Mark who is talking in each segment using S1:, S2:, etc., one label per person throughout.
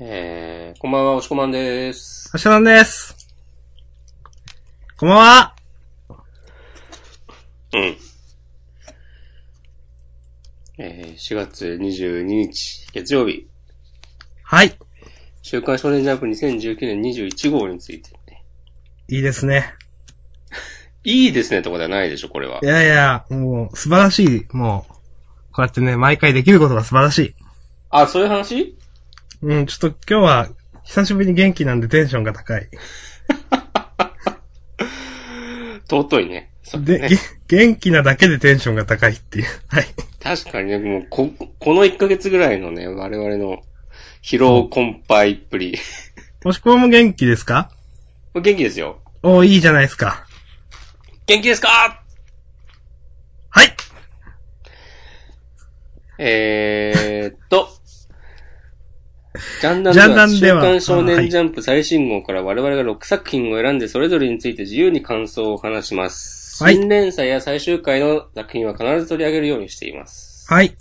S1: えー、こんばんは、おしこまんです。
S2: 星野です。こんばんは。
S1: うん。えー、4月22日、月曜日、
S2: はい。
S1: 週刊少年ジャンプ2019年21号について。
S2: いいですね。。
S1: いいですね、とかではないでしょ、これはい
S2: やいや、もう、素晴らしい。もう、こうやってね、毎回できることが素晴らしい。
S1: あ、そういう話
S2: うん、ちょっと今日は、久しぶりに元気なんでテンションが高い。
S1: 尊いね。そう
S2: で、
S1: ね
S2: げ元気なだけでテンションが高いって いう。はい。
S1: 確かにね、もうこ、この1ヶ月ぐらいのね、我々の疲労困憊っぷり。
S2: もしこも元気ですか
S1: 元気ですよ。
S2: おーいいじゃないですか。
S1: 元気ですか
S2: はい。
S1: えーっと、ジャンダ
S2: ジャンダ
S1: ン
S2: ン
S1: で
S2: では
S1: は、週刊少
S2: あは
S1: 年
S2: い
S1: ジャンプ最新号から我々が6作品を選んでそれぞれについて自由に感想を話します。
S2: はい
S1: 新連載や最終回の作品は必ず取り上げるようにしています。
S2: はい。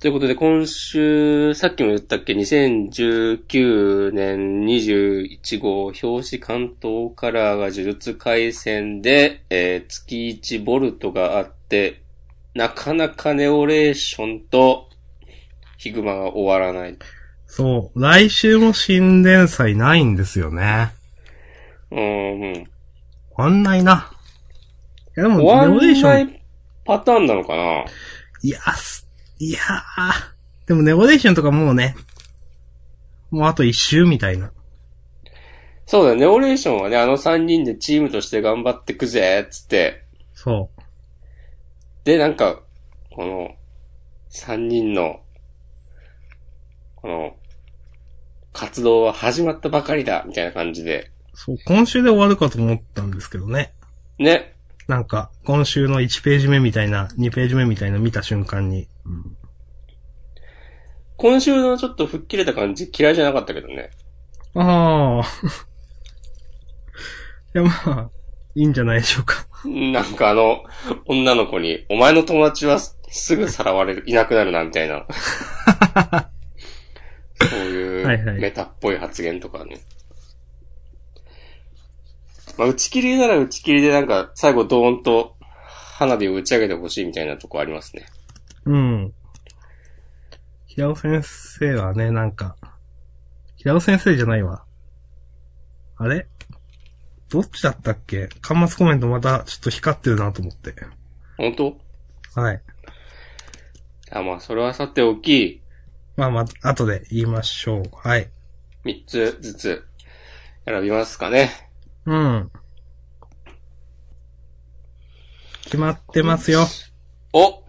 S1: ということで、今週、さっきも言ったっけ、2019年21号、表紙関東カラーが呪術回戦で、えー月1ボルトがあって、なかなかネオレーションと、ヒグマが終わらない。
S2: そう。来週も新連載ないんですよね。
S1: うーん。
S2: 終わんないな。いや、でも、
S1: 終わ
S2: レオレー
S1: ら
S2: ション
S1: ないパターンなのかない
S2: やーす、いやー。でもネゴデーションとかもうね、もうあと一周みたいな。
S1: そうだよ、ネオレーションはね、あの3人でチームとして頑張ってくぜ、つって、
S2: そ
S1: で、なんか、この、三人の、この、活動は始まったばかりだ、みたいな感じで。
S2: う。そう、今週で終わるかと思ったんですけどね。
S1: ね。
S2: なんか、今週の1ページ目みたいな、2ページ目みたいな見た瞬間に。
S1: 今週のちょっと吹っ切れた感じ嫌いじゃなかったけどね。
S2: ああ。 いや、まあ、いいんじゃないでしょうか。
S1: なんかあの、女の子に、お前の友達はすすぐさらわれる、いなくなるな、みたい な。そう
S2: はいいうはい
S1: メタっぽい発言とかね。まあ、打ち切りなら打ち切りでなんか、最後ドーンと花火を打ち上げてほしいみたいなとこありますね。
S2: うん。平尾先生はね、なんか、平尾先生じゃないわ。あれどっちだったっけ端末コメントまたちょっと光ってるなと思って。
S1: 本当
S2: はい。
S1: あ、まあ、それはさておき、
S2: まあまあ、後で言いましょう。はい。
S1: 3つずつ選びますかね。
S2: うん。決まってますよ。
S1: お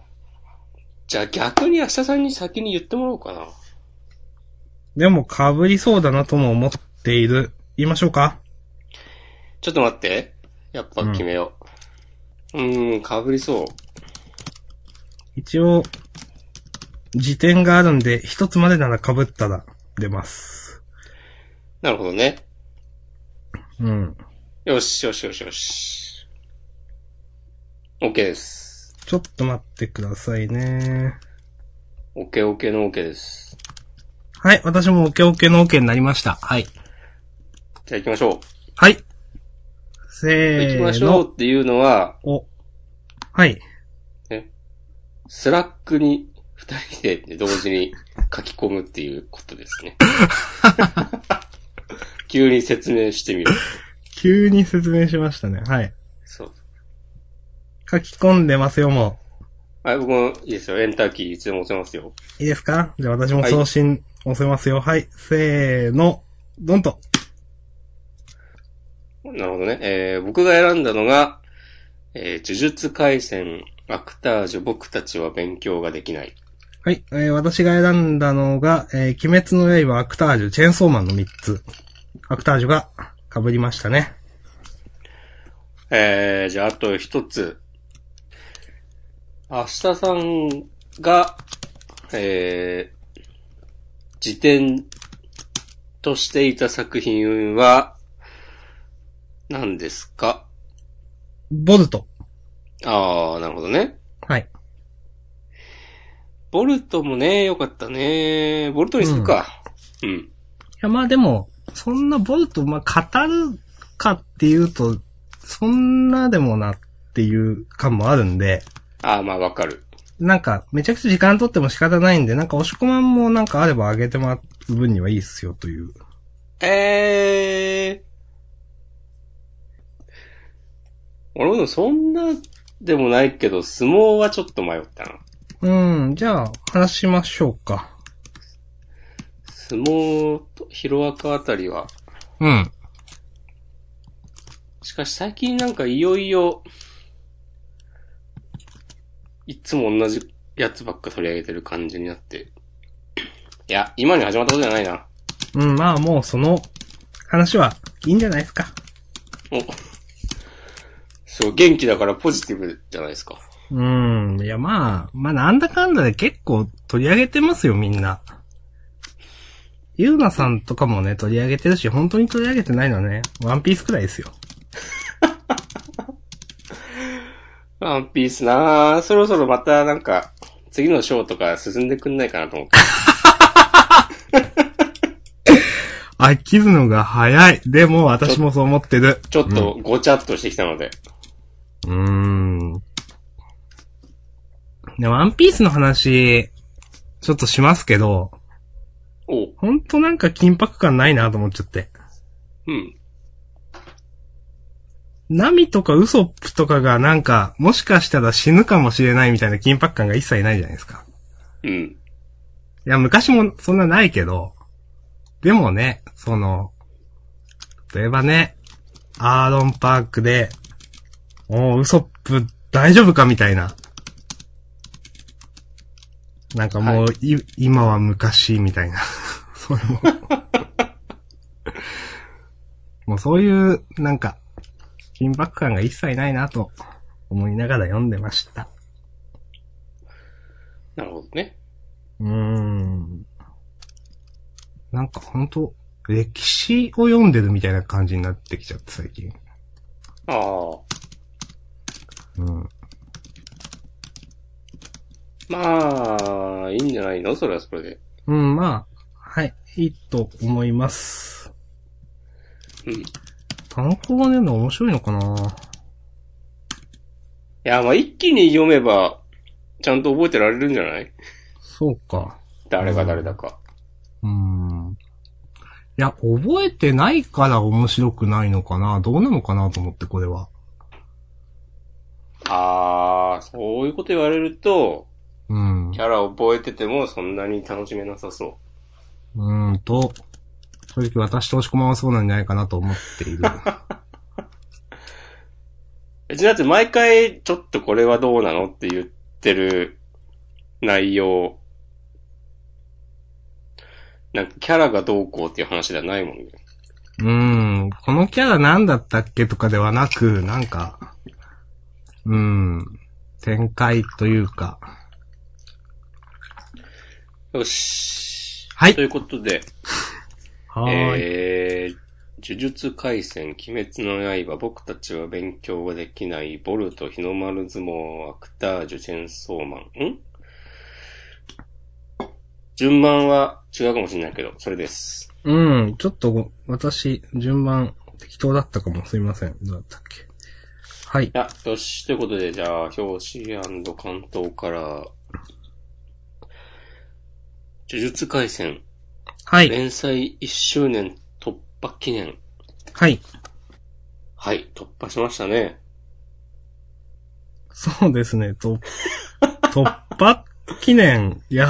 S1: じゃあ逆に明日さんに先に言ってもらおうかな。
S2: でも被りそうだなとも思っている。言いましょうか
S1: ちょっと待って。やっぱ決めよう。うーん、かぶりそう。
S2: 一応、辞典があるんで、一つまでなら被ったら出ます。
S1: なるほどね。
S2: うん。
S1: よし、よし、よし、よし。OK です。
S2: ちょっと待ってくださいね。
S1: OK、OK の OK です。
S2: はい、私もオケオケのオケになりました。はい。
S1: じゃあ行きましょう。
S2: はい。せーの。
S1: 行きましょうっていうのは、
S2: お。はい。
S1: スラックに二人で同時に書き込むっていうことです ね。急に説明してみる。
S2: 急に説明しましたね。はい。
S1: そう。
S2: 書き込んでますよ、も
S1: はい、僕もいいですよ。エンターキーいつでも押せますよ。
S2: う。いいですかじゃあ私も
S1: はい
S2: 送信押せますよ。はい。せーの。どんと。
S1: なるほどね。えー、僕が選んだのが、えー、呪術回戦、アクタージュ、僕たちは勉強ができない。
S2: はい。えー私が選んだのが、えー鬼滅の刃、アクタージュ、チェーンソーマンの3つ。アクタージュが被りましたね。
S1: えー、じゃあ、あと一つ。明日さんが、えー、辞典としていた作品は、何ですか
S2: ボルト。
S1: あー、なるほどね。
S2: はい。
S1: ボルトもね、よかったね。ボルトにするか。うん。
S2: や、まあでも、そんなボルト、まあ語るかっていうと、そんなでもなっていう感もあるんで、
S1: ああ、まあわかる。
S2: なんか、めちゃくちゃ時間取っても仕方ないんで、なんか、おしこまんもなんかあれば上げてもらう分にはいいっすよという。
S1: ええ俺もそんなでもないけど、相撲はちょっと迷ったな。
S2: うん、じゃあ、話しましょうか。
S1: 相撲とヒロアカあたりは。
S2: うん。
S1: しかし最近なんかいよいよ、いつも同じやつばっか取り上げてる感じになって。いや、今に始まったことじゃないな。
S2: うん、まあもうその、話はいいんじゃないですか。
S1: お。そう、元気だからポジティブじゃないですか。
S2: うん、いやまあ、まあなんだかんだで結構取り上げてますよ、みんな。ゆうなさんとかもね、取り上げてるし、本当に取り上げてないのはね、ワンピースくらいですよ。
S1: ワンピースなぁ。そろそろまたなんか、次のショーとか進んでくんないかなと思って。
S2: 飽きるのが早い。でも私もそう思ってる。
S1: ちょっとごちゃっとしてきたので。
S2: うーん。ね、ワンピースの話、ちょっとしますけど、
S1: おう。
S2: ほんとなんか緊迫感ないなと思っちゃって。
S1: うん。
S2: ナミとかウソップとかがなんか、もしかしたら死ぬかもしれないみたいな緊迫感が一切ないじゃないですか。
S1: うん。
S2: いや、昔もそんなないけど、でもね、その、例えばね、アーロンパークで、おー、ウソップ大丈夫かみたいな。なんかもう、い、今は昔みたいな。 それも。もうそういう、なんか、緊迫感が一切ないなと思いながら読んでました。
S1: なるほどね。
S2: うーん。なんかほんと、歴史を読んでるみたいな感じになってきちゃって最近。
S1: ああ。
S2: うん。
S1: まあ、いいんじゃないのそれはそれで。
S2: うん、まあ、はい、いいと思います。
S1: うん。い
S2: 単行が出るの面白いのかな
S1: や、まあ一気に読めば、ちゃんと覚えてられるんじゃない
S2: そうか。
S1: 誰が誰だか。
S2: うーん。いや、覚えてないから面白くないのかなどうなのかなと思って、これは。
S1: ああ、そういうこと言われると、
S2: うん
S1: キ。ャラ覚えててもそんなに楽しめなさそう
S2: ーんと、正直私と押し込まんはそうなんじゃないかなと思っている。
S1: う。え、ちなみに毎回、ちょっとこれはどうなのって言ってる内容。なんかキャラがどうこうっていう話ではないもんね。
S2: うーん、このキャラ何だったっけとかではなく、なんか、うーん、展開というか。
S1: よし。
S2: はい
S1: ということで、
S2: はーい。
S1: えー、呪術廻戦、鬼滅の刃、僕たちは勉強ができない、ボルト、日の丸相撲、アクタージュ、チェンソーマン、ん順番は違うかもしれないけど、それです。
S2: うん、ちょっとご、私、順番、適当だったかもすいません。どうだったっけ。はい。
S1: いや、よし。ということで、じゃあ、表紙関東から、呪術廻戦、
S2: はい。
S1: 連載1周年突破記念。
S2: はい。
S1: はい、突破しましたね。
S2: そうですね、と、突破記念、いや、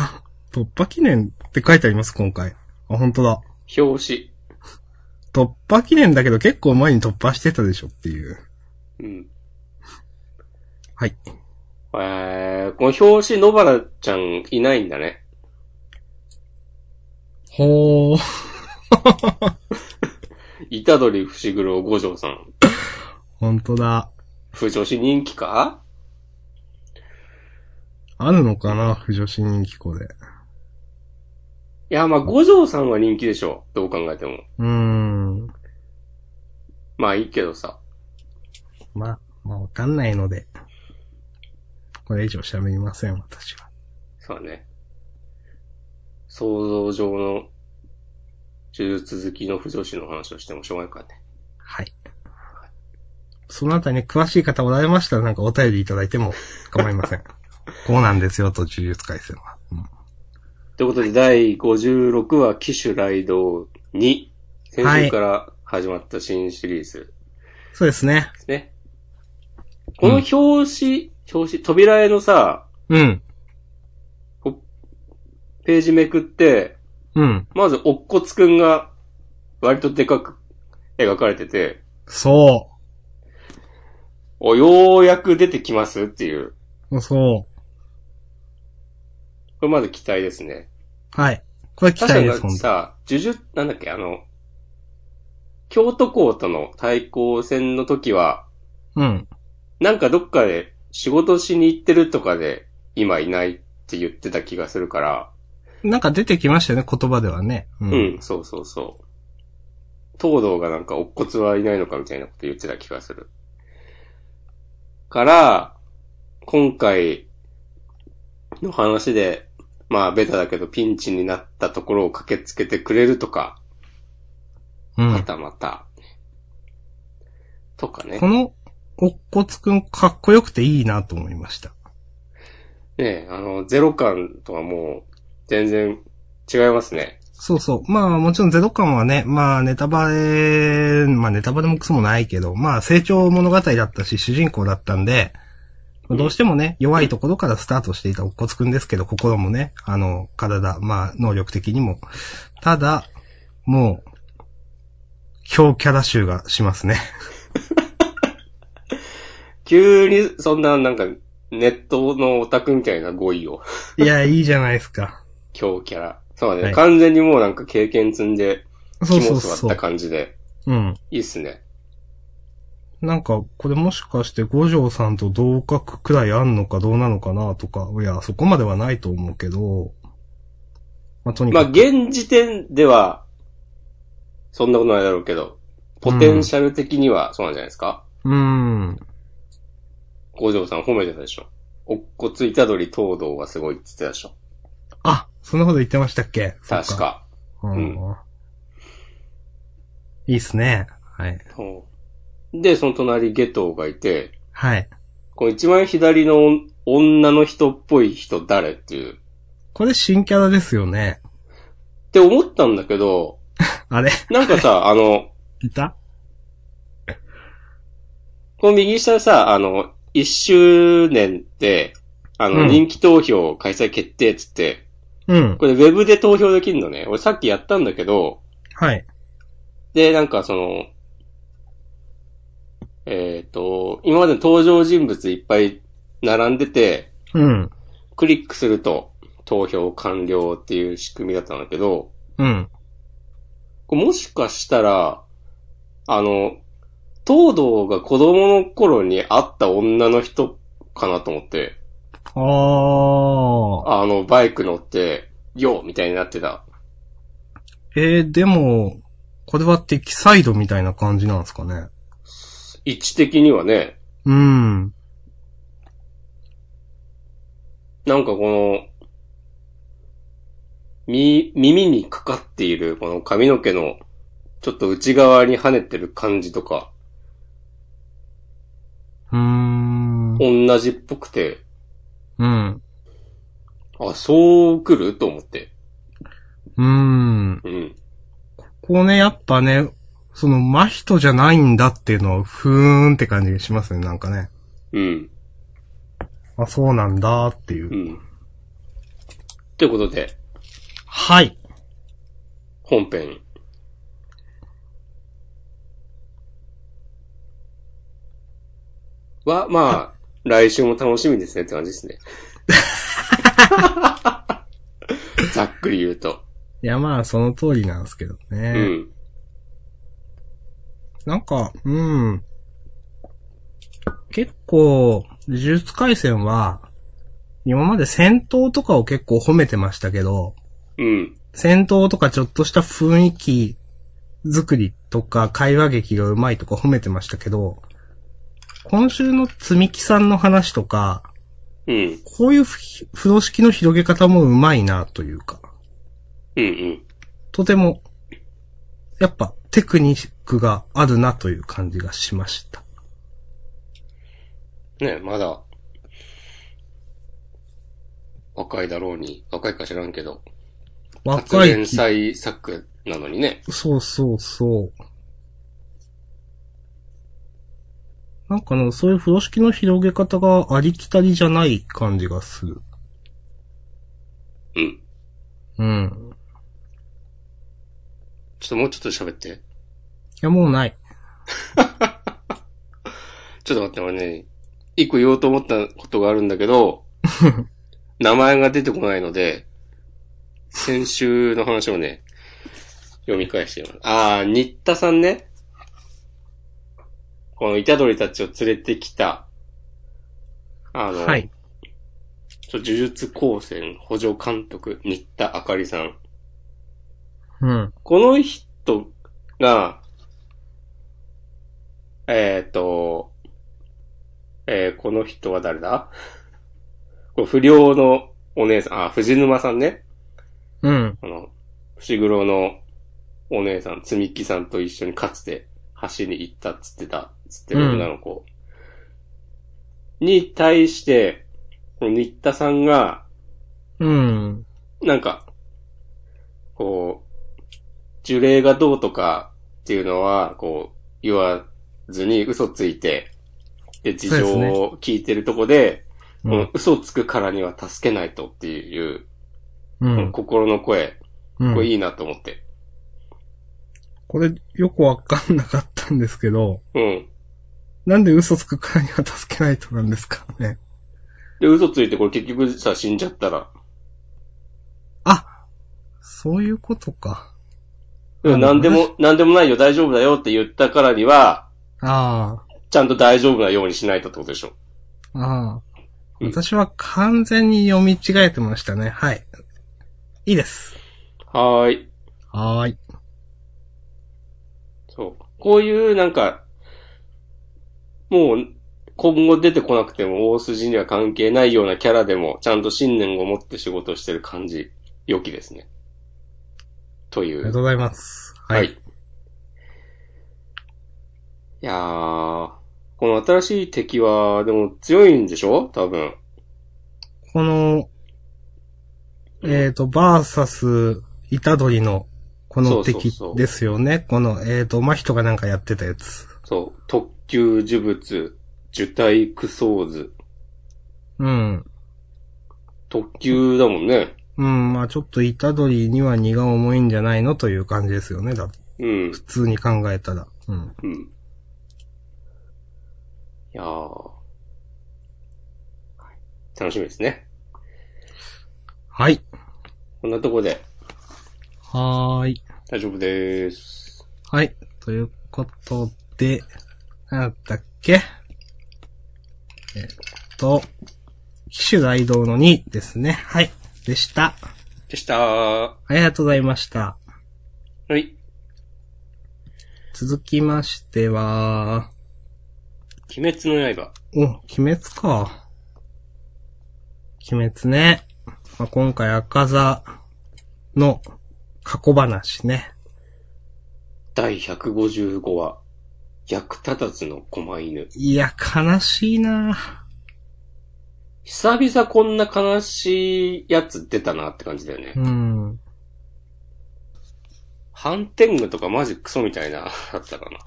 S2: 突破記念って書いてあります、今回。あ、本当だ。
S1: 表
S2: 突破記念だけど結構前に突破してたでしょっていう。
S1: 紙。うん。
S2: はい。
S1: えー、この表紙、野原ちゃんいないんだね。
S2: ほー。
S1: 虎取伏黒五条さん。
S2: 本当だ。
S1: 不女子人気か
S2: あるのかな不女子人気校で。
S1: いや、まあ、五条さんは人気でしょう。どう考えても。
S2: うーん。
S1: まあ、いいけどさ。
S2: まあ、まあわかんないので。これ以上喋りません、私は。
S1: そうだね。想像上の呪術好きの不女子の話をしてもしょうがないからね。
S2: はい。そのあたりね、詳しい方おられましたら、なんかお便りいただいても 構いません。こうなんですよ、と、呪術回戦は。うん
S1: ということで、第56話、機種雷道2。先週から始まった新シリーズ
S2: そうですね
S1: で。すね。この表紙、表紙、扉絵のさ、
S2: うん。
S1: ページめくって、
S2: うん。
S1: まず、おっこつくんが、割とでかく描かれてて、
S2: そ
S1: お、ようやく出てきますっていう。
S2: う。そ
S1: これまず期待ですね。
S2: う。はい。これ期
S1: 確
S2: 待で
S1: か
S2: す、
S1: に
S2: 本当
S1: さ、呪術、なんだっけ、あの、京都校との対抗戦の時は、
S2: うん。
S1: なんかどっかで仕事しに行ってるとかで、今いないって言ってた気がするから、
S2: なんか出てきましたよね、言葉ではね。う
S1: うん、。そうそうそう。東堂がなんか、乙骨はいないのかみたいなこと言ってた気がする。から、今回の話で、まあ、ベタだけど、ピンチになったところを駆けつけてくれるとか、
S2: うん
S1: またまた。とかね。
S2: こ
S1: ね
S2: の、おっこつくん、かっこよくていいなと思いました。
S1: えあの、ゼロ感とはもう、全然違いますね。
S2: そうそう。まあ、もちろんゼロ感はね、まあ、ネタバレ、まあ、ネタバレもクソもないけど、まあ、成長物語だったし、主人公だったんで、どうしてもね、弱いところからスタートしていたおっこつくんですけど、心もね、あの、体、まあ、能力的にも。ただ、もう、強キャラ集がしま すね。
S1: 急に、そんな、なんか、ネットのオタクみたいな語彙を、
S2: いや、いいじゃないですか。
S1: 強キャラ。そうだね、
S2: はい
S1: 完全にもうなんか経験積んで、
S2: そう
S1: 肝
S2: そ
S1: を
S2: う
S1: 座
S2: そ
S1: った
S2: う。
S1: 感じで、
S2: うん。
S1: いいっすね。
S2: なんか、これもしかして五条さんと同格くらいあんのかどうなのかなとか、いや、そこまではないと思うけど、まあ、とに
S1: まあ、
S2: かく、
S1: 現時点では、そんなことないだろうけど、ポテンシャル的にはそうなんじゃないですか、
S2: うん。
S1: 五条さん褒めてたでしょ。おっこついたどり東堂はすごいって言ってたでしょ。
S2: あ、そんなこと言ってましたっけそ
S1: 確
S2: っか。
S1: か。
S2: うん。いいっすね。はい。
S1: うんで、その隣、ゲトウがいて、
S2: はい。
S1: この一番左の女女の人っぽい人誰っていう。っ
S2: これ新キャラですよね。
S1: て思ったんだけど、
S2: あれ
S1: なんかさ、あの、
S2: いた
S1: この右下さ、あの、一周年って、あの、
S2: うん
S1: 人気投票開催決定っつって、
S2: うん。
S1: これウェブで投票できるのね。俺さっきやったんだけど、
S2: はい。
S1: で、なんかその、えっ、と、今までの登場人物いっぱい並んでて、
S2: うん。
S1: クリックすると投票完了っていう仕組みだったんだけど、
S2: うん。
S1: これもしかしたら、あの、東堂が子供の頃に会った女の人かなと思って、
S2: あー。
S1: あの、バイク乗って、よみたいになってた。
S2: えー、でも、これは敵サイドみたいな感じなんですかね。
S1: 位置的にはね、
S2: うん。
S1: なんかこの、み、耳にかかっている、この髪の毛の、ちょっと内側に跳ねてる感じとか、
S2: うーん。
S1: 同じっぽくて、
S2: うん。
S1: あ、そう来ると思って。
S2: う
S1: う
S2: ん。
S1: ん。
S2: こうね、やっぱね、その、真人じゃないんだっていうのは、ふーんって感じがしますね、なんかね。
S1: うん。
S2: あ、そうなんだっていう。
S1: うん。ということで、
S2: はい。
S1: 本編。は、まあ、来週も楽しみですねって感じです ね。ざっくり言うと。
S2: いや、まあ、その通りなんですけどね。
S1: うん。
S2: なんか、うん。結構、呪術回戦は、今まで戦闘とかを結構褒めてましたけど、
S1: うん。
S2: 戦闘とかちょっとした雰囲気作りとか会話劇がうまいとか褒めてましたけど、今週の積み木さんの話とか、
S1: うん。
S2: こういうふ風呂敷の広げ方もうまいなというか。
S1: うんうん。
S2: とても、やっぱテクニックがあるなという感じがしました。
S1: ねまだ、若いだろうに、若いか知らんけど、発
S2: 若い
S1: 言
S2: き、
S1: 祭作なのにね。
S2: そうそうそう。なんかね、そういう風呂敷の広げ方がありきたりじゃない感じがする。
S1: うん。
S2: うん。
S1: ちょっともうちょっと喋って。
S2: いや、もうない。
S1: ちょっと待って、俺ね、一個言おうと思ったことがあるんだけ ど、名前が出てこないので、先週の話をね、読み返してよ。あー、新田さんね。この、イタドリたちを連れてきた、あの、
S2: はい。
S1: ちょ呪術高専補助監督、新田あかりさん。
S2: うん。
S1: この人が、えっ、と、えーこの人は誰だこれ不良のお姉さん、あ、藤沼さんね。
S2: うん。
S1: あの、伏黒のお姉さん、積み木さんと一緒にかつて橋に行ったっつってた、つってる女の子に対して、この新田さんが、
S2: うん。
S1: なんか、こう、呪霊がどうとかっていうのは、こう、言わずに嘘ついて、で、事情を聞いてるとこで、
S2: う
S1: この
S2: ん。
S1: 嘘つくからには助けないとっていう、
S2: う
S1: この
S2: ん。
S1: 心の声、
S2: うん
S1: これいいなと思って。
S2: これ、よくわかんなかったんですけど、
S1: うん。
S2: なんで嘘つくからには助けないとなんですかね。
S1: で、嘘ついてこれ結局さ、死んじゃったら、
S2: あそういうことか。
S1: うん、
S2: な
S1: なんん
S2: で
S1: でも、なんでもないよ、大丈夫だよって言ったからには、
S2: あ
S1: ちゃんと大丈夫なようにしないとってことでしょ。
S2: あ、ああ。
S1: うん
S2: 私は完全に読み違えてましたね。はい。いいです。
S1: はーい。
S2: はーい。
S1: そう。こういう、なんか、もう、今後出てこなくても大筋には関係ないようなキャラでも、ちゃんと信念を持って仕事をしてる感じ、良きですね。とい
S2: あり
S1: う。
S2: がとうございます。は。
S1: はいい。いやー、この新しい敵は、でも強いんでしょ多分。
S2: この、えっ、と、バーサス、イタドリの、この
S1: そう
S2: 敵
S1: そうそう
S2: ですよね。この、えっ、と、真人がなんかやってたやつ。
S1: そう。特級呪物、受体苦相図。
S2: うん。
S1: 特級だもんね。
S2: うん、まあちょっとイタドリには荷が重いんじゃないのという感じですよね。だ
S1: うん。
S2: 普通に考えたら。うん。
S1: うん。いやー。はい楽しみですね。
S2: はい。
S1: こんなとこで
S2: はーい。
S1: 大丈夫です。
S2: はい。ということで、なんだっけえっと、機種大道の2ですね。はい。でした。
S1: でしたー。は
S2: ありがとうございました。
S1: い。
S2: 続きましては、
S1: 鬼滅の刃。
S2: お、鬼滅か。鬼滅ね。まあ、今回赤座の過去話ね。
S1: 第155話。役立たずの狛犬。
S2: いや、悲しいな
S1: 久々こんな悲しいやつ出たなって感じだよね。
S2: うん。
S1: ハンテングとかマジクソみたいな、だったかな。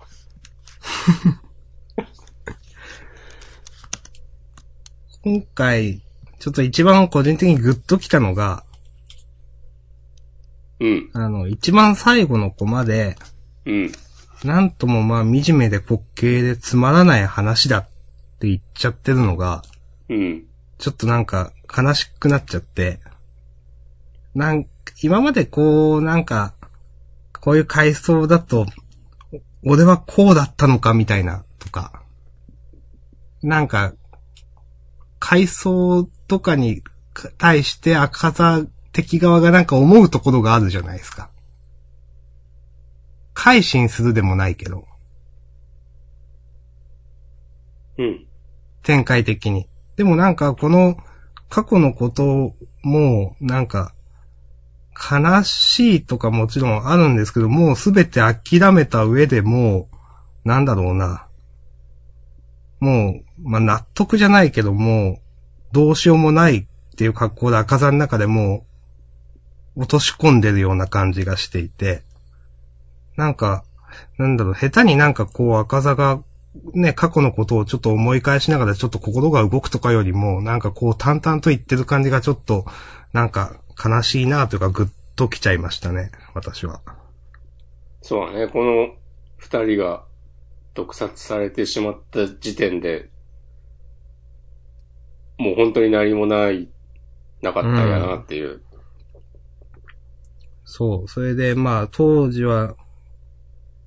S2: 今回、ちょっと一番個人的にグッときたのが、
S1: うん。
S2: あの、一番最後の子まで、
S1: うん。
S2: なんともまあ惨めで滑稽でつまらない話だって言っちゃってるのが、
S1: うん。
S2: ちょっとなんか悲しくなっちゃって、なん、今までこう、なんか、こういう回想だと、お俺はこうだったのかみたいな、とか、なんか、回想とかにか対して赤座敵側がなんか思うところがあるじゃないですか。改心するでもないけど、
S1: うん。
S2: 展開的に。でもなんかこの過去のことをもうなんか悲しいとかもちろんあるんですけど、もうすべて諦めた上でもう、なんだろうな。もう、まあ、納得じゃないけども、どうしようもないっていう格好で赤座の中でもう、落とし込んでるような感じがしていて、なんか、なんだろう、下手になんかこう赤座がね、過去のことをちょっと思い返しながらちょっと心が動くとかよりも、なんかこう淡々と言ってる感じがちょっと、なんか悲しいなというかグッときちゃいましたね、私は。
S1: そうだね、この二人が毒殺されてしまった時点で、もう本当に何もない、なかったんやなっていう。
S2: そう。それで、まあ、当時は、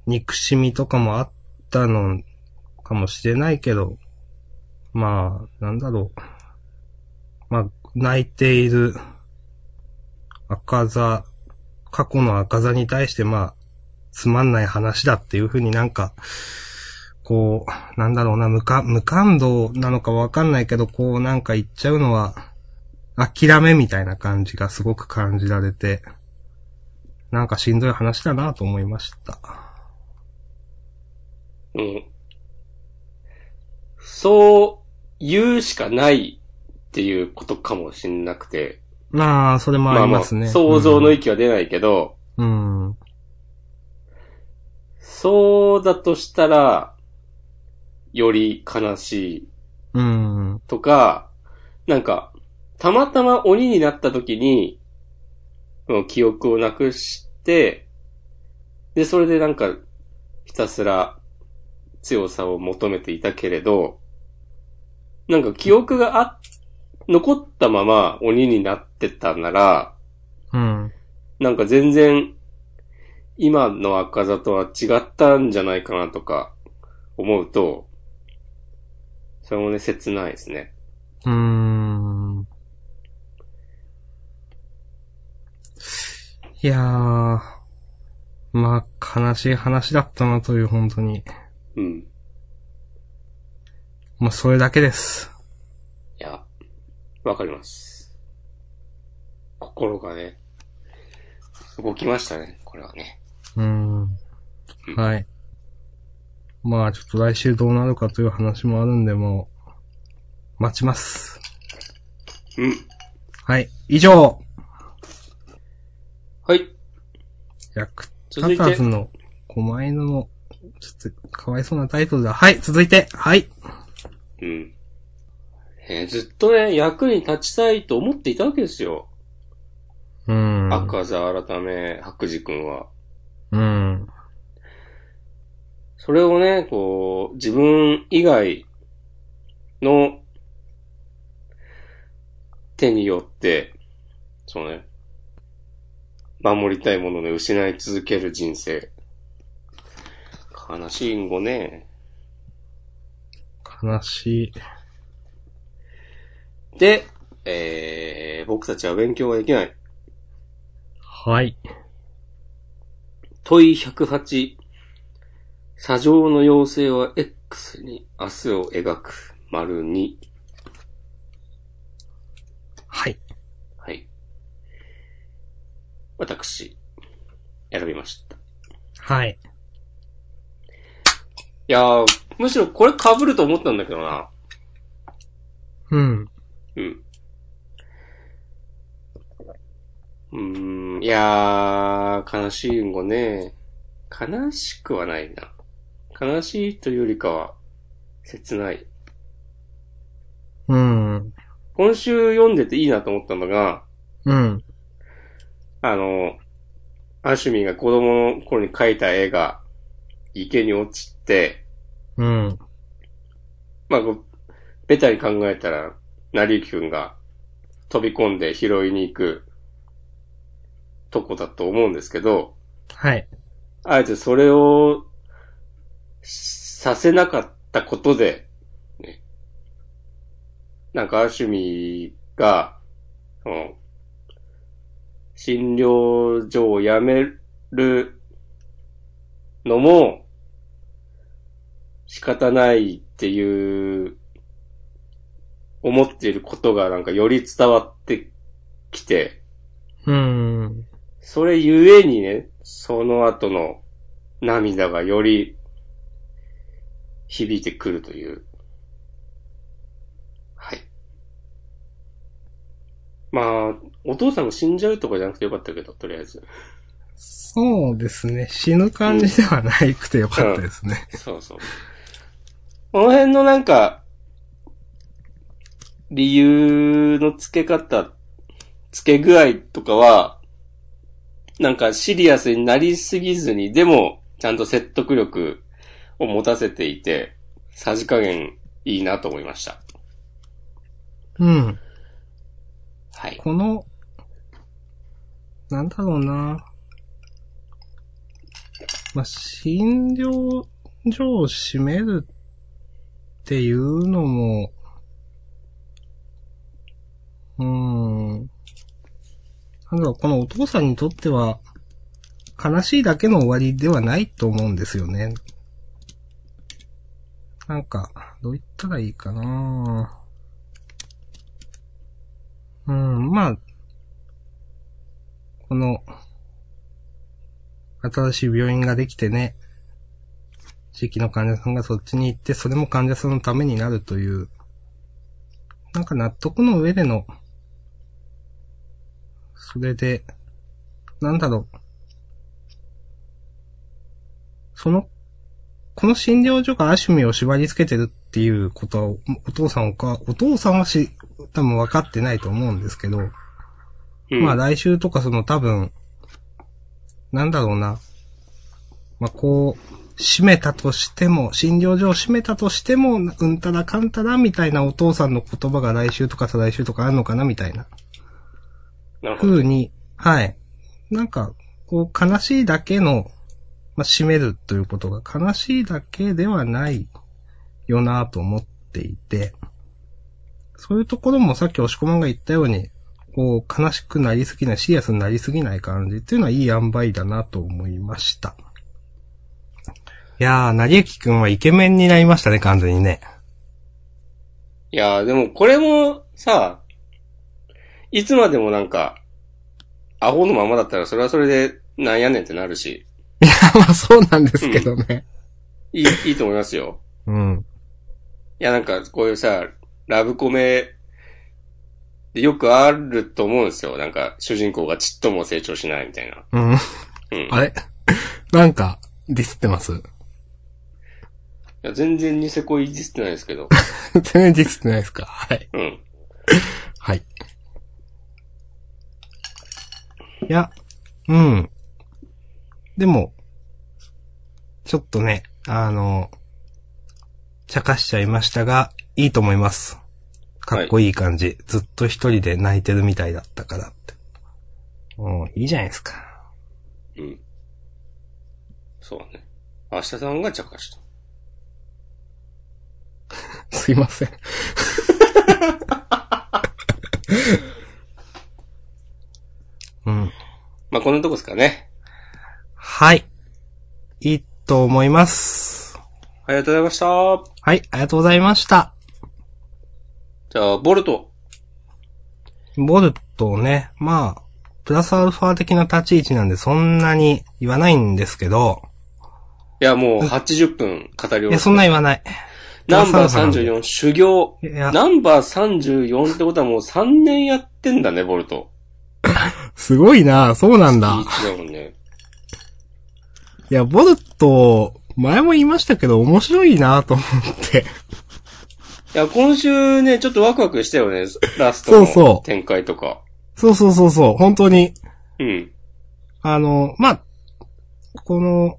S2: 憎しみとかもあったのかもしれないけど、まあ、なんだろう。まあ、泣いている赤座、過去の赤座に対して、まあ、つまんない話だっていうふうになんか、こう、なんだろうな、無か無感動なのかわかんないけど、こうなんか言っちゃうのは、諦めみたいな感じがすごく感じられて、なんかしんどい話だなと思いました。
S1: うん。そう言うしかないっていうことかもしんなくて。
S2: まあ、それもありますね。
S1: 想像の域は出ないけど、
S2: うん。うん。
S1: そうだとしたら、より悲しい
S2: うん。
S1: とか、なんか、たまたま鬼になった時に、うん記憶をなくして、で、それでなんか、ひたすら強さを求めていたけれど、なんか記憶があ、残ったまま鬼になってたなら、
S2: うん。
S1: なんか全然、今の赤座とは違ったんじゃないかなとか、思うと、それもね、切ないですね。
S2: うん。いやー。まあ、悲しい話だったなという、本当に。
S1: うん。
S2: まあ、それだけです。
S1: いや、わかります。心がね、動きましたね、これはね。
S2: うん。はい。まあ、ちょっと来週どうなるかという話もあるんで、もう、待ちます。
S1: うん。
S2: はい。以上
S1: はい。
S2: 役
S1: 続い
S2: 立
S1: て
S2: たずの狛犬の、ちょっとかわいそうなタイトルだ。はい、続いて。はい。
S1: うん。えーずっとね、役に立ちたいと思っていたわけですよ。
S2: うん。
S1: 赤座改め、白磁くんは。
S2: うん。
S1: それをね、こう、自分以外の手によって、そうね、守りたいものをね、失い続ける人生。悲しいんごね。
S2: 悲しい。
S1: で、えー、僕たちは勉強ができない。
S2: はい。
S1: 問い108。砂上の妖精は X に明日を描く。丸2。
S2: はい。
S1: はい。私、選びました。い
S2: はい。
S1: やー、むしろこれ被ると思ったんだけどな。
S2: うん。
S1: うん。うーん、いやー、悲しいんごね。悲しくはないな。悲しいというよりかは、切ない。
S2: うん。
S1: 今週読んでていいなと思ったのが、
S2: うん。
S1: あの、アシュミンが子供の頃に描いた絵が、池に落ちて、
S2: うん。
S1: まあ、こうベタに考えたら、成りくんが飛び込んで拾いに行くとこだと思うんですけど、
S2: はい。
S1: あえてそれをさせなかったことで、ね、なんかアシュミが、うん、診療所を辞めるのも仕方ないっていう思っていることがなんかより伝わってきて、
S2: うん。
S1: それゆえにね、その後の涙がより響いてくるという。はい。まあ、お父さんが死んじゃうとかじゃなくてよかったけど、とりあえず。
S2: そうですね。死ぬ感じではないくてよかったですね。
S1: そうそう。この辺のなんか、理由の付け方、付け具合とかは、なんかシリアスになりすぎずに、でも、ちゃんと説得力を持たせていて、さじ加減いいなと思いました。
S2: うん。
S1: はい。
S2: この、なんだろうな。まあ、診療所を閉めるっていうのも、うーん。なんだろう、このお父さんにとっては、悲しいだけの終わりではないと思うんですよね。なんか、どう言ったらいいかなうん、まあ、この、新しい病院ができてね、地域の患者さんがそっちに行って、それも患者さんのためになるという、なんか納得の上での、それで、なんだろう。その、この診療所がアシュミを縛り付けてるっていうことは、お父さんか、お父さんはし、多分分かってないと思うんですけど、
S1: うん、
S2: まあ来週とかその多分、なんだろうな。まあこう、閉めたとしても、診療所を閉めたとしても、うんたらかんたらみたいなお父さんの言葉が来週とか再来週とかあるのかなみたいな。
S1: なるほど。
S2: 風に、はい。なんか、こう、悲しいだけの、まあ、締めるということが、悲しいだけではないよなぁと思っていて、そういうところもさっき押し込まんが言ったように、こう、悲しくなりすぎない、シリアスになりすぎない感じっていうのはいい塩梅だなと思いました。いやー、成幸くんはイケメンになりましたね、完全にね。
S1: いやー、でもこれもさ、いつまでもなんか、アホのままだったらそれはそれでなんやねんってなるし、
S2: まあ、そうなんですけどね。
S1: いい、いいと思いますよ。
S2: うん。
S1: いや、なんか、こういうさ、ラブコメ、でよくあると思うんですよ。なんか、主人公がちっとも成長しないみたいな。
S2: うん。
S1: うん。い
S2: あれ なんか、ディスってます
S1: や、全然ニセ恋ディスってないですけ ど。
S2: 全然ディスってないですかはい。
S1: うん。
S2: はい。いや、うん。でも、ちょっとね、あの、茶化しちゃいましたが、いいと思います。かっこいい感じ。ずっと一人で泣いてるみたいだったからって。もう、いいじゃないですか。
S1: うん。そうね。明日さんが茶化した。
S2: すいません。 うん。
S1: まあ、こんなとこですかね。
S2: はい。いいと思います。
S1: ありがとうございました。
S2: はい、ありがとうございました。
S1: じゃあ、ボルト。
S2: ボルトね、まあ、プラスアルファ的な立ち位置なんでそんなに言わないんですけど、
S1: いや、もう80分語り終
S2: い
S1: わ
S2: や、
S1: った。
S2: そんな言わない。
S1: ナンバ
S2: プラスアルファなんで
S1: ー34、修行。
S2: いや、
S1: ナンバー34ってことはもう3年やってんだね、ボルト。
S2: すごいなそうなんだ。
S1: 月一だもんね。
S2: いや、ボルト、前も言いましたけど、面白いなと思って。
S1: いや、今週ね、ちょっとワクワクした よね。ラス
S2: そう
S1: トの
S2: そう
S1: 展開とか。
S2: そうそうそうそう、本当に、
S1: うん。
S2: あの、まあ、この、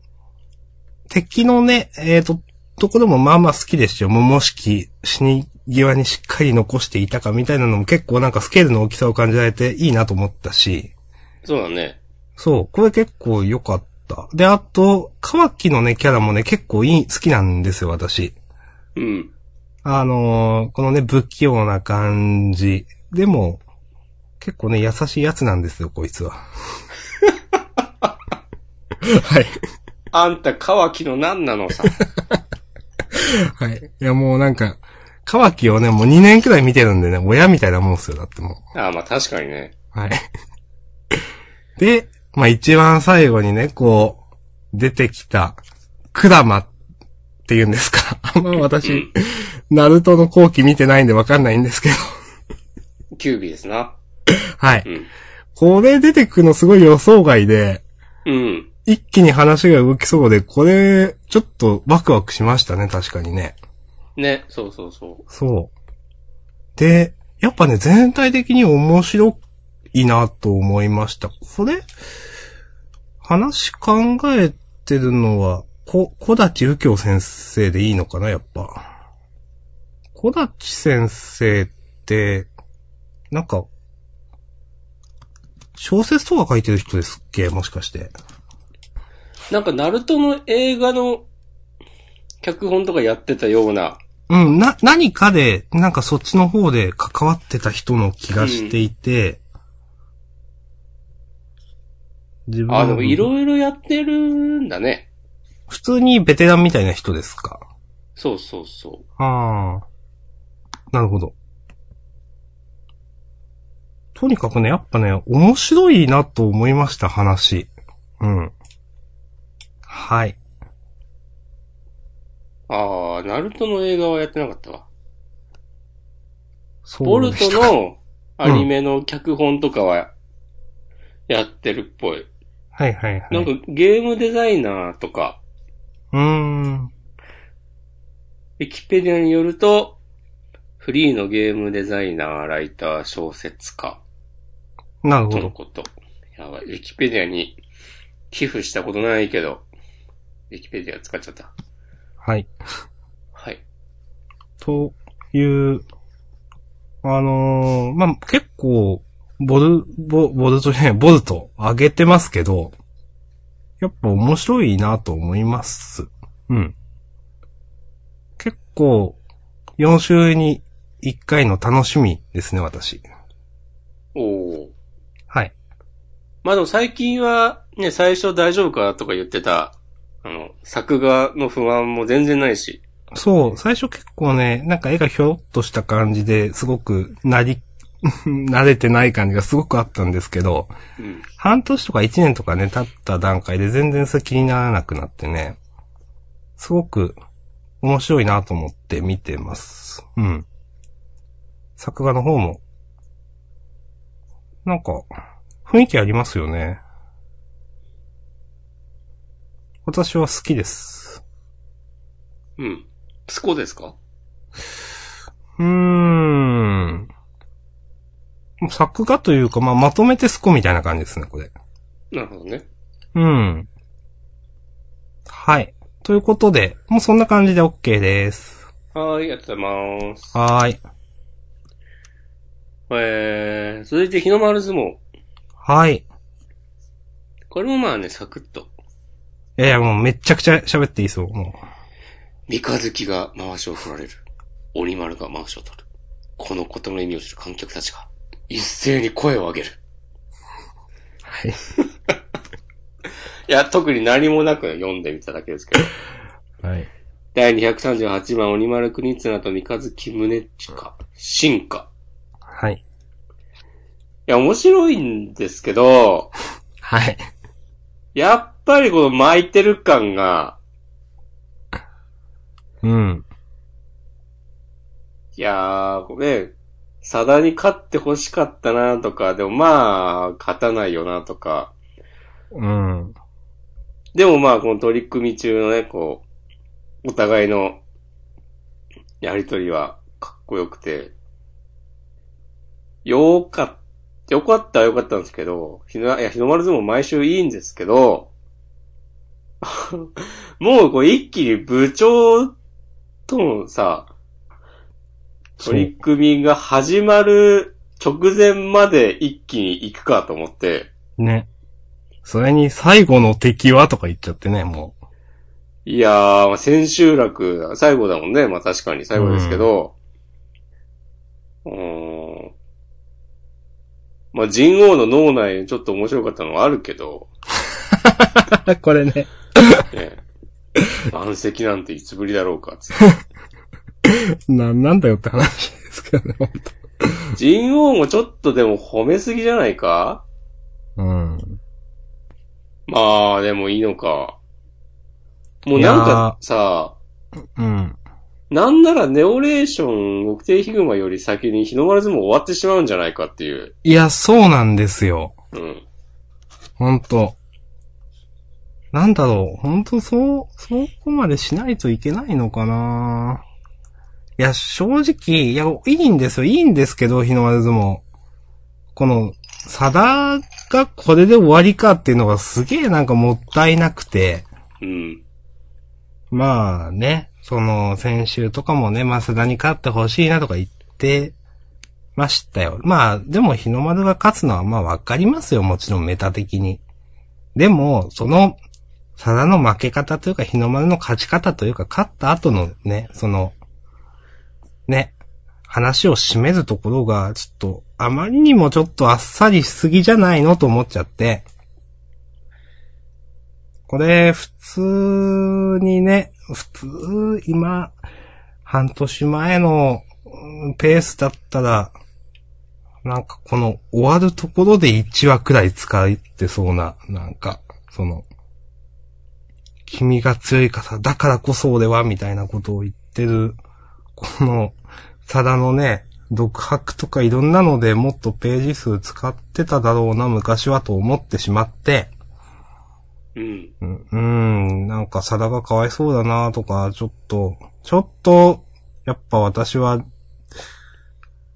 S2: 敵のね、えっ、と、ところもまあまあ好きですよ。もしき死に際にしっかり残していたかみたいなのも結構なんかスケールの大きさを感じられていいなと思ったし、
S1: そうだね。
S2: そう、これ結構良かった。で、あと、乾きのね、キャラもね、結構いい、好きなんですよ、私。
S1: うん。
S2: あのーこのね、不器用な感じ。でも、結構ね、優しいやつなんですよ、こいつは。はい。
S1: あんた、乾きの何なの さ。
S2: はい。いや、もうなんか、乾きをね、もう2年くらい見てるんでね、親みたいなもんっすよ、だっても
S1: ああ、まあ確かにね。
S2: う。はい。で、まあ一番最後にね、こう、出てきた、クラマって言うんですか。あんま私、ナルトの後期見てないんでわかんないんですけど。
S1: キュービーですな。
S2: はい。
S1: うん。
S2: これ出てくのすごい予想外で、
S1: うん。
S2: 一気に話が動きそうで、これ、ちょっとワクワクしましたね、確かにね。
S1: ね、そうそうそ
S2: そう。で、やっぱね、全体的に面白いなと思いました。これ、話考えてるのは、こ、小立右京先生でいいのかな、やっぱ。小立先生って、なんか、小説とか書いてる人ですっけもしかして。
S1: う。なんか、ナルトの映画の脚本とかやってたような。
S2: うん、な、何かで、なんかそっちの方で関わってた人の気がしていて、自分
S1: あ、でもいろいろやってるんだね。
S2: 普通にベテランみたいな人ですか。
S1: そうそうそ
S2: ああ。なるほど。とにかくね、やっぱね、面白いなと思いました、話。うん。はい。
S1: う。ああ、ナルトの映画はやってなかったわ。
S2: そ
S1: ボ
S2: う
S1: ル
S2: でし
S1: ト
S2: たか。
S1: のアニメの脚本とかはやってるっぽい。
S2: はいはいはい。
S1: なんかゲームデザイナーとか、
S2: うーん。
S1: ウィキペディアによると、フリーのゲームデザイナー、ライター、小説家
S2: なるほ
S1: との
S2: ど。
S1: こと。やばい、ウィキペディアに寄付したことないけど、ウィキペディア使っちゃった。
S2: はい。
S1: はい。
S2: という、あのーまあ、結構、ボル、ボ、ボルトじゃない、ボルト上げてますけど、やっぱ面白いなと思います。うん。結構、4週に1回の楽しみですね、私。
S1: おお。
S2: はい。
S1: まあでも最近は、ね、最初大丈夫かとか言ってた、あの、作画の不安も全然ないし。
S2: そう、最初結構ね、なんか絵がひょろっとした感じですごくなり、 慣れてない感じがすごくあったんですけど、
S1: うん。
S2: 半年とか一年とかね、経った段階で全然それ気にならなくなってね、すごく面白いなと思って見てます。うん。作画の方も、なんか、雰囲気ありますよね。私は好きです。
S1: うん。スコですか
S2: うーん。作画というか、まあ、まとめてスコみたいな感じですね、これ。
S1: なるほどね。
S2: うん。はい。ということで、もうそんな感じで OK です。
S1: はーい、ありがとうございます。
S2: はーい。
S1: えー、続いて日の丸相撲。
S2: はい。
S1: これもまあね、サクッと。
S2: いやいや、もうめっちゃくちゃ喋っていいそう、も
S1: 三日月が回しを取られる。鬼丸が回しを取る。このことの意味を知る観客たちが、一斉に声を上げる。
S2: う。はい。
S1: いや、特に何もなく読んでみただけですけど。
S2: はい。
S1: 第238番、鬼丸国綱と三日月宗近。進化。
S2: はい。
S1: いや、面白いんですけど、
S2: はい。
S1: やっぱりこの巻いてる感が、
S2: うん。
S1: いやー、ごめん。サダに勝って欲しかったなとか、でもまあ、勝たないよなとか。
S2: うん。
S1: でもまあ、この取り組み中のね、こう、お互いの、やりとりは、かっこよくて、よかった、よかったはよかったんですけど、日の、いや、日の丸相撲毎週いいんですけど、 もうこう一気に部長とのさ、
S2: そう
S1: 取り組みが始まる直前まで一気に行くかと思って、
S2: ね。それに最後の敵はとか言っちゃってね、もう。
S1: いやー、千秋楽、最後だもんね。まあ確かに最後ですけど。うーん。まあ神王の脳内にちょっと面白かったのはあるけど、
S2: これね。
S1: ね、 満席なんていつぶりだろうかっつっ
S2: な、なんだよって話ですけどね。
S1: て。神王もちょっとでも褒めすぎじゃないか
S2: うん。
S1: まあ、でもいいのか。もうなん
S2: いやー
S1: かさ、
S2: うん。
S1: なんならネオレーション、極定ヒグマより先に日の丸相撲終わってしまうんじゃないかっていう。
S2: いや、そうなんですよ。
S1: うん。
S2: ほんと。なんだろう。ほんと、そう、そこまでしないといけないのかないや、正直、いや、いいんですよ。いいんですけど、日の丸相撲。この、サダがこれで終わりかっていうのがすげえなんかもったいなくて。
S1: うん。
S2: まあね、その、先週とかもね、マスダに勝ってほしいなとか言ってましたよ。まあ、でも日の丸が勝つのはまあわかりますよ、もちろんメタ的に。でも、その、サダの負け方というか、日の丸の勝ち方というか、勝った後のね、その、ね、話を締めるところが、ちょっと、あまりにもちょっとあっさりしすぎじゃないのと思っちゃって。これ、普通にね、普通、今、半年前のうんペースだったら、なんかこの終わるところで1話くらい使ってそうな、なんか、その、君が強いから、だからこそ俺は、みたいなことを言ってる、この、ただのね、独白とかいろんなのでもっとページ数使ってただろうな、昔はと思ってしまって、
S1: うん。
S2: うんうん、なんか、サダがかわいそうだなとか、ちょっと、ちょっと、やっぱ私は、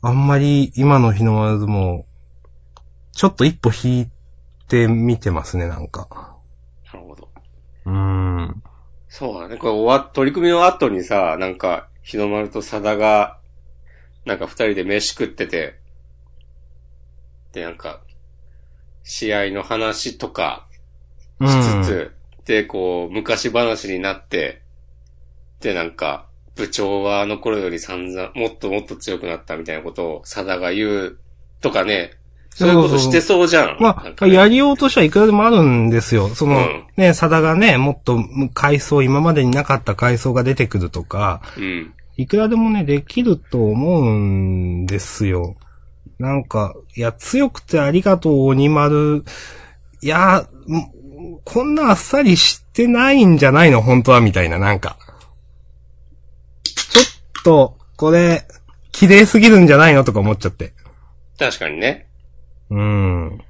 S2: あんまり今の日の丸相撲、ちょっと一歩引いて見てますね、なんか。
S1: なるほど。
S2: うん。
S1: そうだね。これ終わ、取り組みの後にさ、なんか、日の丸と佐田が、なんか二人で飯食ってて、で、なんか、試合の話とかしつつ、で、こう、昔話になって、で、なんか、部長はあの頃より散々、もっともっと強くなったみたいなことを佐田が言うとかね、そういうことしてそうじゃん。
S2: ま
S1: なんか
S2: あ、
S1: ね
S2: やりようとしてはいくらでもあるんですよ。その、
S1: うん
S2: ね、サダがね、もっと階層、今までになかった階層が出てくるとか、
S1: うん。
S2: いくらでもね、できると思うんですよ。なんか、いや、強くてありがとう、鬼丸。いや、んこんなあっさりしてないんじゃないの、本当は、みたいな、なんか。ちょっと、これ、綺麗すぎるんじゃないのとか思っちゃって。
S1: 確かにね。
S2: うん。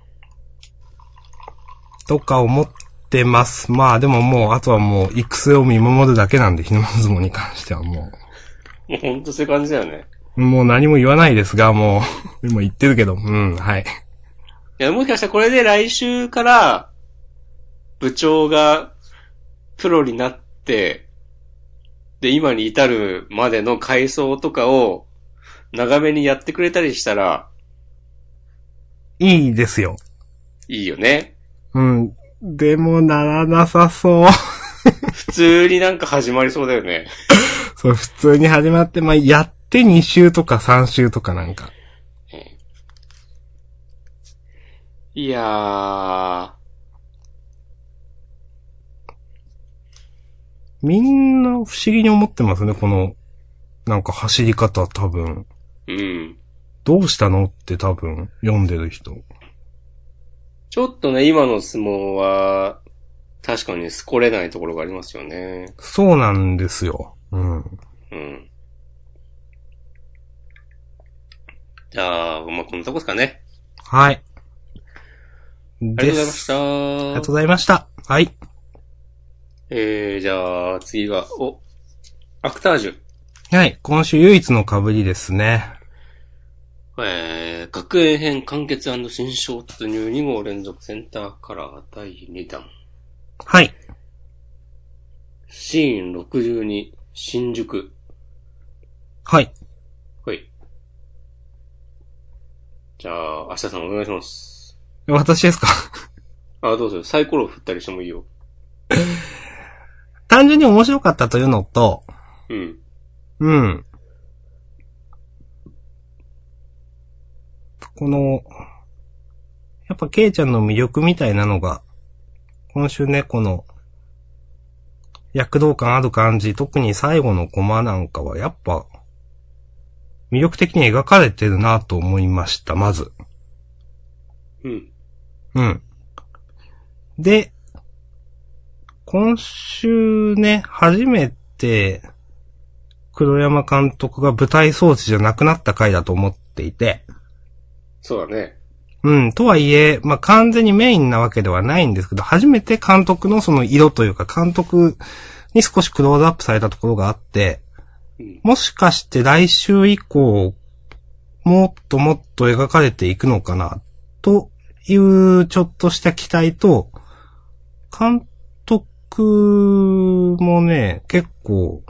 S2: とか思ってます。まあでももう、あとはもう、行く末を見守るだけなんで、日の丸相撲に関してはもう。
S1: もうほんとそういう感じだよね。
S2: もう何も言わないですが、も う、もう言ってるけど、うん、はい。
S1: いや、もしかしたらこれで来週から、部長がプロになって、で、今に至るまでの回想とかを、長めにやってくれたりしたら、
S2: いいですよ。
S1: いいよね。
S2: うん。でもならなさそう。
S1: 普通になんか始まりそうだよね。
S2: そう、普通に始まって、まあ、やって2週とか3週とかなんか。
S1: いやー、
S2: みんな不思議に思ってますね、この、なんか走り方多分。
S1: うん。
S2: どうしたのって多分、読んでる人。
S1: ちょっとね、今の相撲は、確かにすこれないところがありますよね。
S2: そうなんですよ。うん。
S1: うん。じゃあ、まあ、こんなとこですかね。
S2: はい。
S1: あり
S2: で。
S1: がとうございますした。
S2: ありがとうございました。はい。
S1: えー、じゃあ、次が、お、アクタージュ。
S2: はい。今週唯一の被りですね。
S1: えー、学園編完結新章突入2号連続センターカラー第2弾。
S2: はい。
S1: シーン62、新宿。
S2: はい。
S1: はい。じゃあ、明日さんお願いします。
S2: 私ですか
S1: あ、どうぞ、サイコロ振ったりしてもいいよ。
S2: 単純に面白かったというのと、
S1: うん。
S2: うん。この、やっぱケイちゃんの魅力みたいなのが、今週ね、この、躍動感ある感じ、特に最後のコマなんかは、やっぱ、魅力的に描かれてるなと思いました、まず。
S1: うん。
S2: うん。で、今週ね、初めて、黒山監督が舞台装置じゃなくなった回だと思っていて、
S1: そうだね。
S2: うん、とはいえ、まあ、完全にメインなわけではないんですけど、初めて監督のその色というか、監督に少しクローズアップされたところがあって、
S1: うん。
S2: もしかして来週以降、もっともっと描かれていくのかな、というちょっとした期待と、監督もね、結構、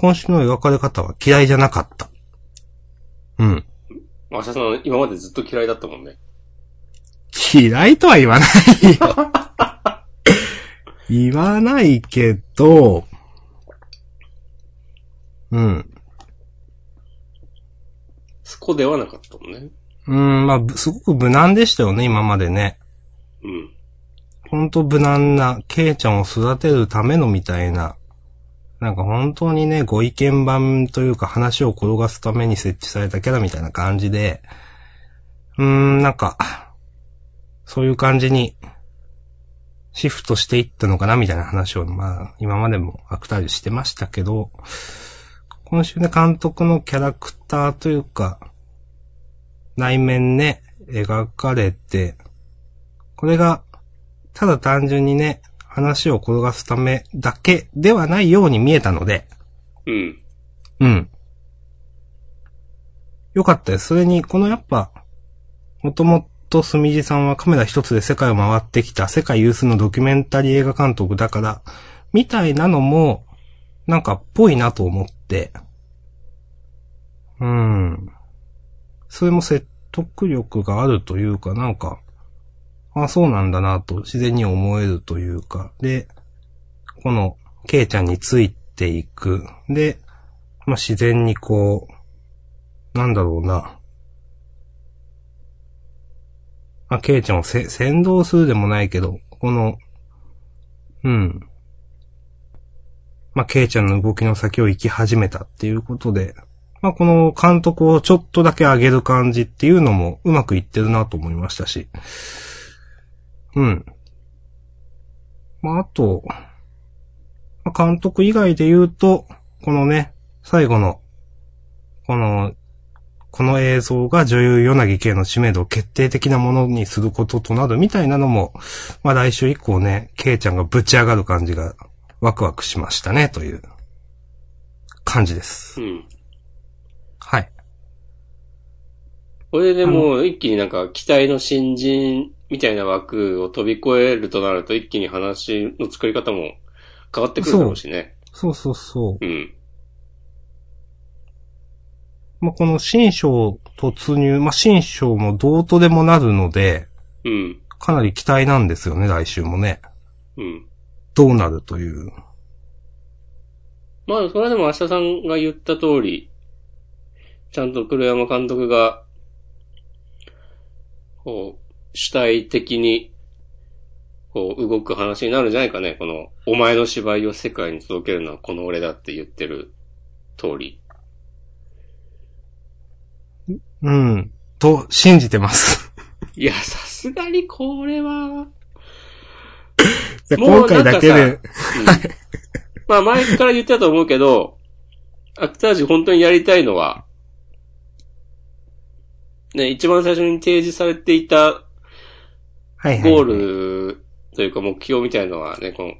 S2: 今週の描かれ方は嫌いじゃなかった。うん。
S1: まあ、シャさん、今までずっと嫌いだったもんね。
S2: 嫌いと は言わないよ。言わないけど、うん。
S1: そこではなかったもんね。
S2: うん、まあ、ぶすごく無難でしたよね、今までね。
S1: うん。
S2: ほんと無難な、ケイちゃんを育てるためのみたいな、なんか本当にね、ご意見番というか話を転がすために設置されたキャラみたいな感じで、うーん、なんか、そういう感じに、シフトしていったのかなみたいな話を、まあ、今までもアクタージュしてましたけど、今週ね、監督のキャラクターというか、内面ね、描かれて、これが、ただ単純にね、話を転がすためだけではないように見えたので、
S1: うん。
S2: うん。よかったです。それに、このやっぱ、もともとすみじさんはカメラ一つで世界を回ってきた世界有数のドキュメンタリー映画監督だから、みたいなのも、なんかっぽいなと思って。うん。それも説得力があるというか、なんか、あそうなんだなと自然に思えるというか、で、この、ケイちゃんについていく。で、まあ、自然にこう、なんだろうな。まあ、ケイちゃんをせ、先導するでもないけど、この、うん。まあ、ケイちゃんの動きの先を行き始めたっていうことで、まあ、この監督をちょっとだけ上げる感じっていうのもうまくいってるなと思いましたし。うん。まあ、あと、まあ、監督以外で言うと、このね、最後の、この、この映像が女優柳圭の知名度を決定的なものにすることとなるみたいなのも、まあ来週以降ね、圭ちゃんがぶち上がる感じがワクワクしましたね、という感じです
S1: う。ん。
S2: はい。
S1: これでもう一気になんか期待の新人みたいな枠を飛び越えるとなると一気に話の作り方も変わってくるだろうしね。
S2: そうそうそう。
S1: うん。
S2: まあこの新章突入、まあ新章もどうとでもなるので、
S1: うん。
S2: かなり期待なんですよね、来週もね。
S1: うん。
S2: どうなるという。
S1: まあ、それはでも明日さんが言った通り、ちゃんと黒山監督が、こう、主体的に、こう、動く話になるんじゃないかね。この、お前の芝居を世界に届けるのはこの俺だって言ってる通り。
S2: うん。と、信じてます。
S1: いや、さすがにこれは、
S2: で
S1: も
S2: 今
S1: うなん
S2: 回
S1: かさ
S2: だけで、
S1: うんまあ前から言ってたと思うけど、アクタージュ本当にやりたいのは、ね、一番最初に提示されていた
S2: はいはいはい
S1: ゴールというか目標みたいのはね、この、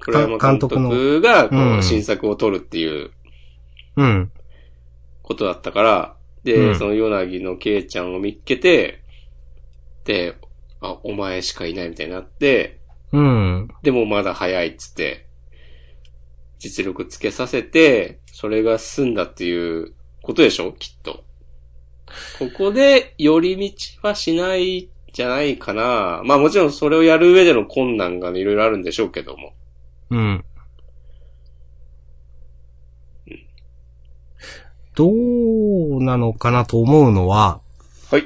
S1: 黒山監督がこ
S2: う
S1: の
S2: ん
S1: 新作を撮るっていう
S2: うん。
S1: ことだったから、
S2: う
S1: で、
S2: ん
S1: その柳のケイちゃんを見っけて、で、あ、お前しかいないみたいになって、
S2: うん。
S1: でもまだ早いっつって、実力つけさせて、それが済んだっていうことでしょきっと。ここで寄り道はしないんじゃないかな。まあもちろんそれをやる上での困難がいろいろあるんでしょうけども。
S2: うん。どうなのかなと思うのは、
S1: はい。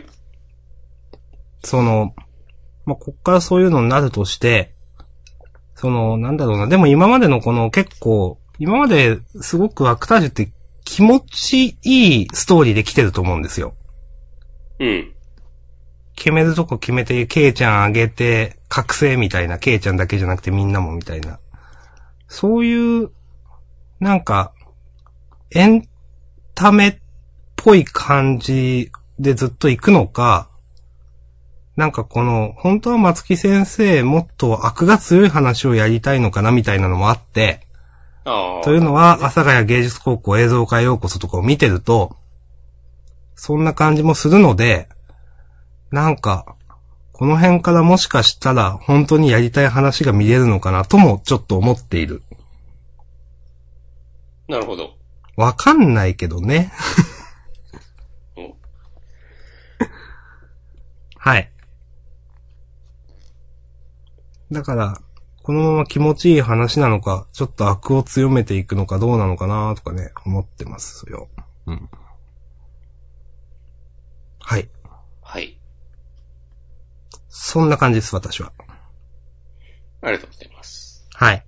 S2: その、まあ、こっからそういうのになるとして、その、なんだろうな。でも今までのこの結構、今まですごくアクタージュって気持ちいいストーリーで来てると思うんですよ。
S1: うん。
S2: 決めるとこ決めて、ケイちゃんあげて、覚醒みたいな、ケイちゃんだけじゃなくてみんなもみたいな。そういう、なんか、エンタメっぽい感じでずっと行くのか、なんかこの、本当は松木先生もっと悪が強い話をやりたいのかなみたいなのもあって、
S1: ああ。
S2: というのは、阿佐ヶ谷芸術高校映像化へようこそとかを見てると、そんな感じもするので、なんか、この辺からもしかしたら本当にやりたい話が見れるのかなともちょっと思っている。
S1: なるほど。
S2: わかんないけどね。
S1: お
S2: はい。だから、このまま気持ちいい話なのか、ちょっと悪を強めていくのかどうなのかなとかね、思ってますよ。うん。はい。
S1: はい。
S2: そんな感じです、私は。
S1: ありがとうございます。
S2: はい。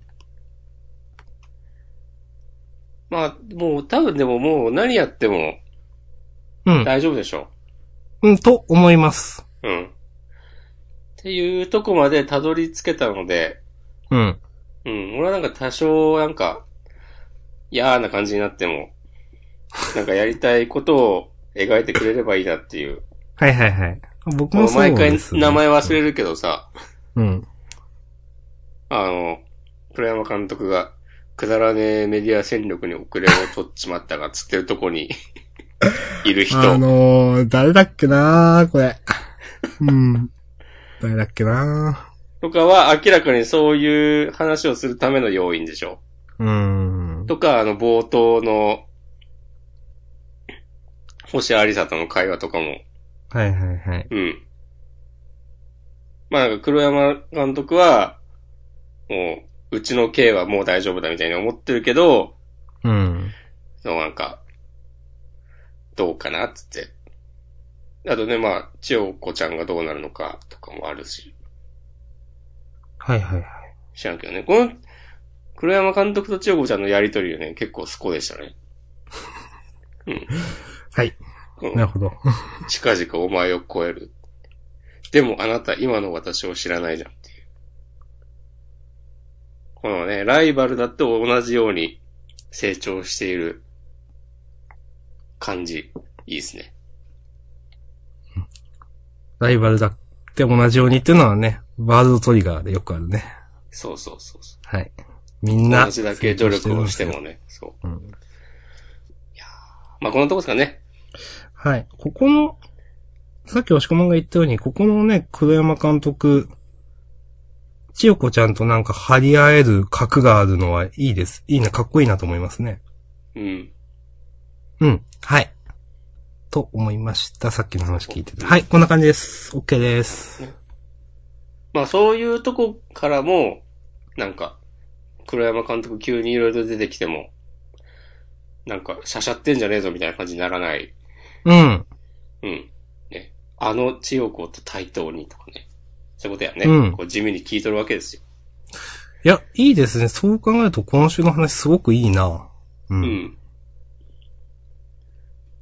S1: まあ、もう多分でももう何やっても
S2: うん。
S1: 大丈夫でしょ
S2: うん、と思います。
S1: う。うん。っていうとこまでたどり着けたので、
S2: うん。
S1: うん、俺はなんか多少なんか、嫌な感じになっても、なんかやりたいことを描いてくれればいいなって いう。
S2: はいはいはい。僕
S1: も
S2: も
S1: う
S2: そう
S1: 毎回
S2: です、
S1: 名前忘れるけどさ、
S2: うん。
S1: あの、黒山監督が、くだらねえメディア戦力に遅れを取っちまったが、つってるとこ に、いる人。
S2: あのー、誰だっけなー、これ。うん。誰だっけな
S1: とかは、明らかにそういう話をするための要因でしょ
S2: ー。うーん
S1: う。。とか、あの、冒頭の、星ありさとの会話とかも、
S2: はいはいはい。
S1: うん。まあ、なんか黒山監督は、もう、うちの K はもう大丈夫だみたいに思ってるけど、
S2: うん。
S1: そのなんか、どうかなっつって。あとね、まあ、千代子ちゃんがどうなるのかとかもあるし、
S2: はいはいはい。
S1: 知らんけどね。この、黒山監督と千代子ちゃんのやりとりね、結構スコでしたね。うん。
S2: はい。
S1: この
S2: なるほど。
S1: 近々お前を超える。でもあなた、今の私を知らないじゃんっていう。このね、ライバルだって同じように成長している感じ、いいですね。
S2: ライバルだって同じようにっていうのはね、バールドトリガーでよくあるね。
S1: そうそうそうそ
S2: はい。みん
S1: う。
S2: な。
S1: 同じだけ努力をしてもね、そう。
S2: うん。
S1: まあ、こんなとこですかね。
S2: はい。ここの、さっき押し込まんが言ったように、ここのね、黒山監督、千代子ちゃんとなんか張り合える格があるのはいいです。いいな、かっこいいなと思いますね。
S1: うん。
S2: うん。はい。と思いました。さっきの話聞いてて。はい、こんな感じです。OK です。
S1: まあ、そういうとこからも、なんか、黒山監督急にいろいろ出てきても、なんか、しゃしゃってんじゃねえぞみたいな感じにならない
S2: うん。
S1: うん。ね。あの千代子と対等にとかね。そういうことやね。
S2: うん
S1: こう地味に聞いとるわけですよ。
S2: いや、いいですね。そう考えると今週の話すごくいいな。う。
S1: うんん。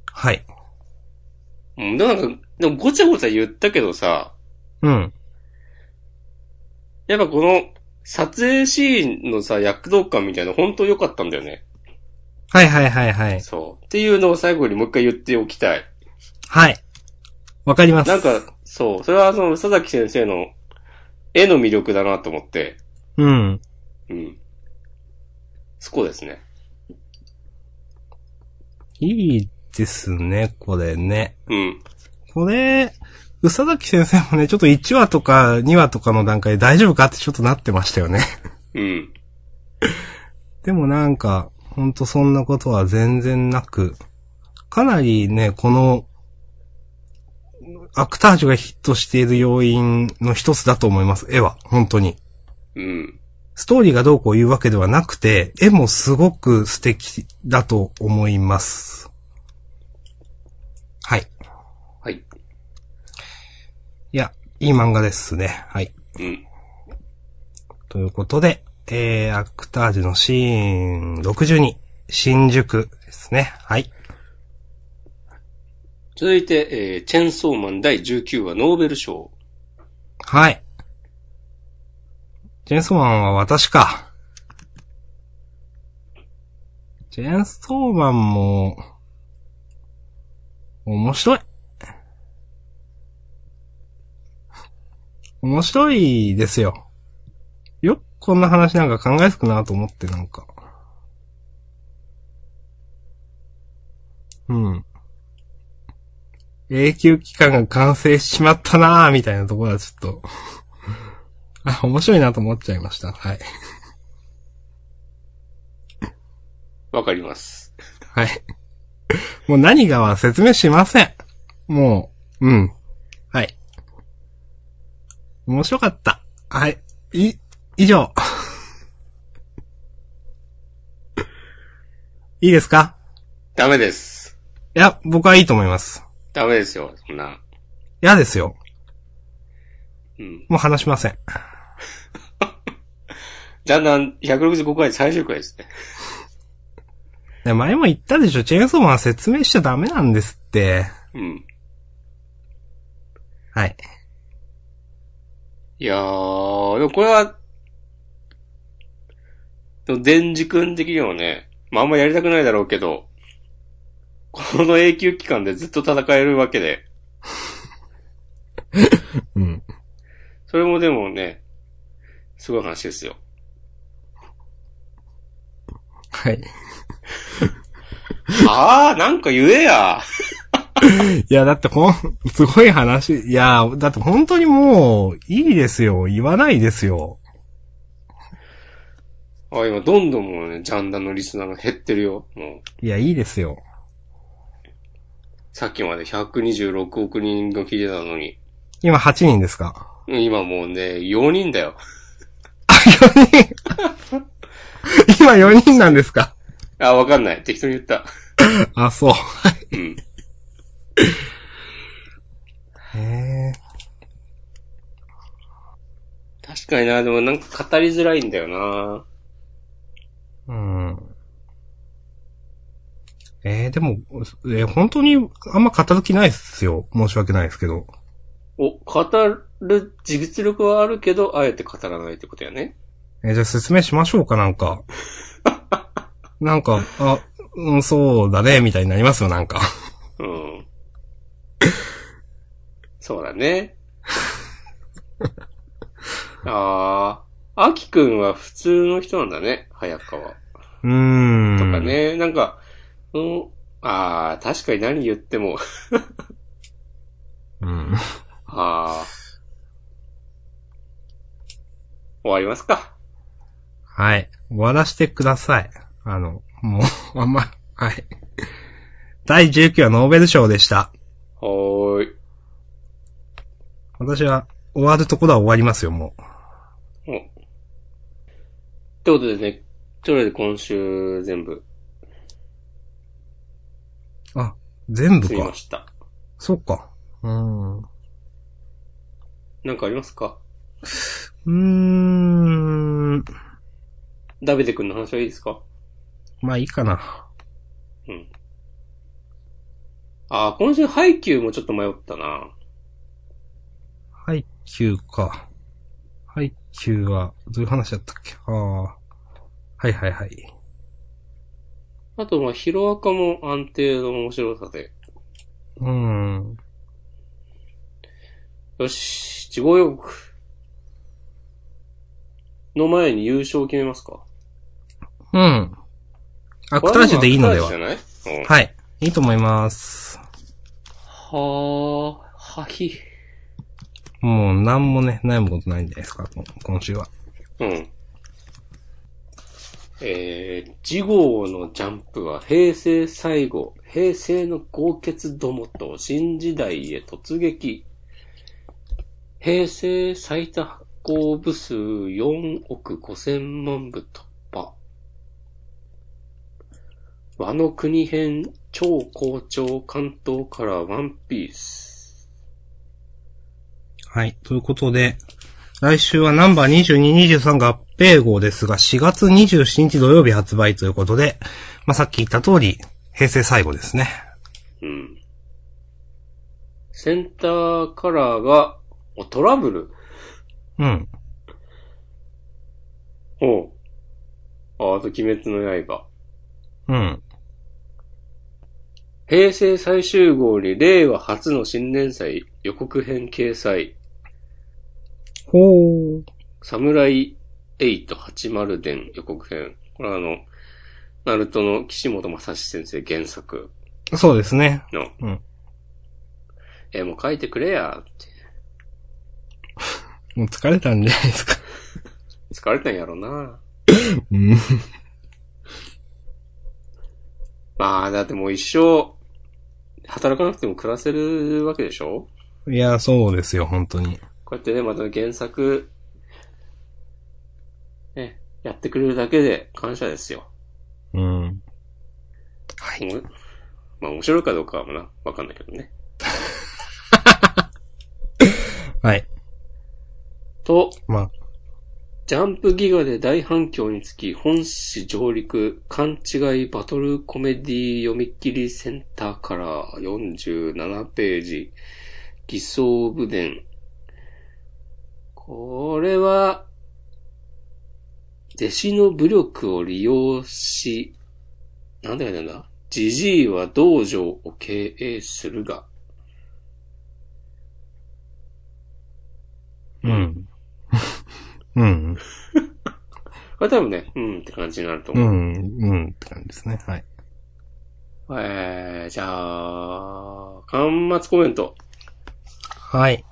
S2: はい。
S1: うん、でもなんか、でもごちゃごちゃ言ったけどさ、
S2: うん。
S1: やっぱこの撮影シーンのさ、躍動感みたいな本当良かったんだよね。
S2: はいはいはいはい。
S1: そう。っていうのを最後にもう一回言っておきたい。
S2: はい。わかります。
S1: なんか、そう。それはその佐々木先生の絵の魅力だなと思って。
S2: うん。
S1: うん。そこですね。
S2: いいですね、これね。
S1: うん。
S2: これ、宇佐崎先生もね、ちょっと1話とか2話とかの段階で大丈夫かってちょっとなってましたよね。
S1: うん。
S2: でもなんか、ほんとそんなことは全然なく、かなりね、この、アクタージュがヒットしている要因の一つだと思います、絵は。本当に。
S1: うん。
S2: ストーリーがどうこう言うわけではなくて、絵もすごく素敵だと思います。はい。
S1: はい。
S2: いや、いい漫画ですね。はい。
S1: うん。
S2: ということで、えー、アクタージュのシーン62、新宿ですね。はい。
S1: 続いて、えーチェンソーマン第19話ノーベル賞。
S2: はい。チェーンソーマンは私か。チェーンソーマンも、面白い。面白いですよ。よくこんな話なんか考えつくなと思ってなんか。うん。永久期間が完成しちまったなぁ、みたいなところはちょっと、 あ、面白いなと思っちゃいました。はい。
S1: わかります。
S2: はい。 もう何がは説明しません。もう、うん。はい。面白かった。はい。い、以上。 いいですか
S1: ダメです。
S2: いや、僕はいいと思います。
S1: ダメですよ、そんな。
S2: 嫌ですよ。
S1: うん。
S2: もう話しません。
S1: だんだん165回最終回ですね。
S2: いや前も言ったでしょ、チェーンソーマンは説明しちゃダメなんですって。
S1: うん。
S2: はい。
S1: いやー、でもこれは、でもデンジ君的にはね、まああんまやりたくないだろうけど、この永久期間でずっと戦えるわけで、
S2: うん。
S1: それもでもね、すごい話ですよ。
S2: はい。
S1: あー、なんか言えや。
S2: いや、だってほん、 すごい話。いや、だって本当にもう、いいですよ。言わないですよ。
S1: あ、今どんどんもうね、ジャンダンのリスナーが減ってるよ。もう、
S2: いや、いいですよ。
S1: さっきまで126億人が聞いてたのに、
S2: 今8人ですか
S1: 今もうね、4人だよ。
S2: あ、4人今4人なんですか
S1: あ、わかんない。適当に言った。
S2: あ、そう。
S1: うん。
S2: へえ。
S1: 確かにな、でもなんか語りづらいんだよな。
S2: うん。えー、でも、えー本当にあんま語る気ないっすよ。申し訳ないですけど。
S1: お、語る実力はあるけど、あえて語らないってことやね。
S2: えーじゃあ説明しましょうか、なん か。なんか、あ、うん、そうだね、みたいになりますよ、なん か。
S1: うん。 そうだね。ああ、アキくんは普通の人なんだね、早川。
S2: うーん。
S1: とか。ね、なんか、うん、ああ、確かに何言っても、
S2: うん。
S1: ああ。終わりますか。
S2: はい。終わらしてください。あの、もう、あんま、はい。第19話ノーベル賞でした。
S1: はーい。
S2: 私は、終わるところは終わりますよ、もう。
S1: おってことでね、とりあえず今週全部
S2: 全部
S1: 済みま
S2: か。
S1: した。
S2: そっか。うーん。う
S1: なんかありますか
S2: ーん。
S1: ダビデ君の話はいいですか
S2: まあいいかな。
S1: うん。ああ、今週ハイキューもちょっと迷ったな。
S2: 配給か。配給は、どういう話だったっけああ。はいはいはい。
S1: あと、まあ、ヒロアカも安定の面白さで。
S2: うーん。
S1: よし、地方予告。の前に優勝を決めますか
S2: うん。アクタージュでいいのでは
S1: これ。もアクタージュじゃないうん
S2: はい。いいと思います。
S1: はあ、はひ。
S2: もう何もね、悩むことないんじゃないですか、こ今週は。
S1: うん。えー、次号のジャンプは平成最後、平成の豪傑どもと新時代へ突撃。平成最多発行部数4億5千万部突破。和の国編超好調関東からワンピース。
S2: はい。ということで、来週はナンバー22、23が合併号ですが、4月27日土曜日発売ということで、まあ、さっき言った通り、平成最後ですね。
S1: うん。センターカラーが、おトラブル
S2: うん。
S1: おうあ、あと鬼滅の刃。
S2: うん。
S1: 平成最終号に令和初の新年祭予告編掲載。
S2: ほう。
S1: サムライ880伝予告編。これはあの、ナルトの岸本正史先生原作
S2: そうですね。
S1: の。
S2: うん
S1: えーもう書いてくれや。
S2: もう疲れたんじゃないですか。
S1: 疲れたんやろな。
S2: うん。
S1: まあ、だってもう一生、働かなくても暮らせるわけでしょ
S2: いや、そうですよ、本当に。
S1: こうやってね、また原作、ね、やってくれるだけで感謝ですよ。
S2: うん。はい。
S1: もうまあ面白いかどうかはな、わかんないけどね。
S2: はい。
S1: と、
S2: まあ、
S1: ジャンプギガで大反響につき、本誌上陸、勘違いバトルコメディ読み切りセンターから47ページ、偽装部伝。これは、弟子の武力を利用し、なんだよなんだ、ジジイは道場を経営するが、
S2: うん。うん。
S1: これ多分ね、うんって感じになると
S2: う
S1: 思う。
S2: ん。うん。って感じですね。はい。
S1: えー、じゃあ、巻末コメント。
S2: はい。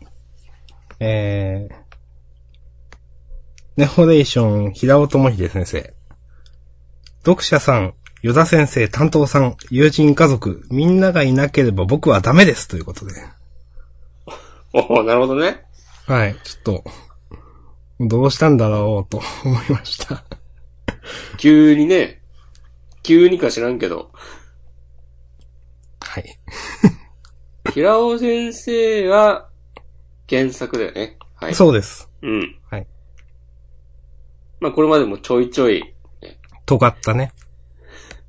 S2: えー。ネホレーション、平尾智秀先生。読者さん、与田先生、担当さん、友人家族、みんながいなければ僕はダメです。ということで。
S1: おおなるほどね。
S2: はい。ちょっと、どうしたんだろうと 思いました。
S1: 急にね、急にか知らんけど、
S2: はい。
S1: 平尾先生が原作だよね。はい。
S2: そうです。
S1: う。うん。
S2: はい。
S1: まあこれまでもちょいちょい、
S2: 尖ったね、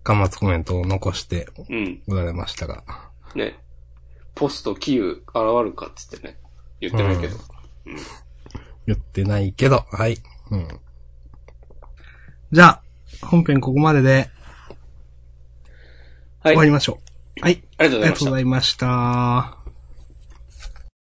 S2: 巻末コメントを残して
S1: うん、
S2: おられましたが。
S1: ね、ポストキユ現るかっつってね、言ってないけど。
S2: 言ってないけど、はい。うん。じゃあ、本編ここまでで
S1: はい。
S2: 終わ
S1: あり
S2: りましょう。はい。
S1: がとうご
S2: あり
S1: ざい
S2: が
S1: ま
S2: と
S1: し
S2: う
S1: た
S2: ご。ざいました。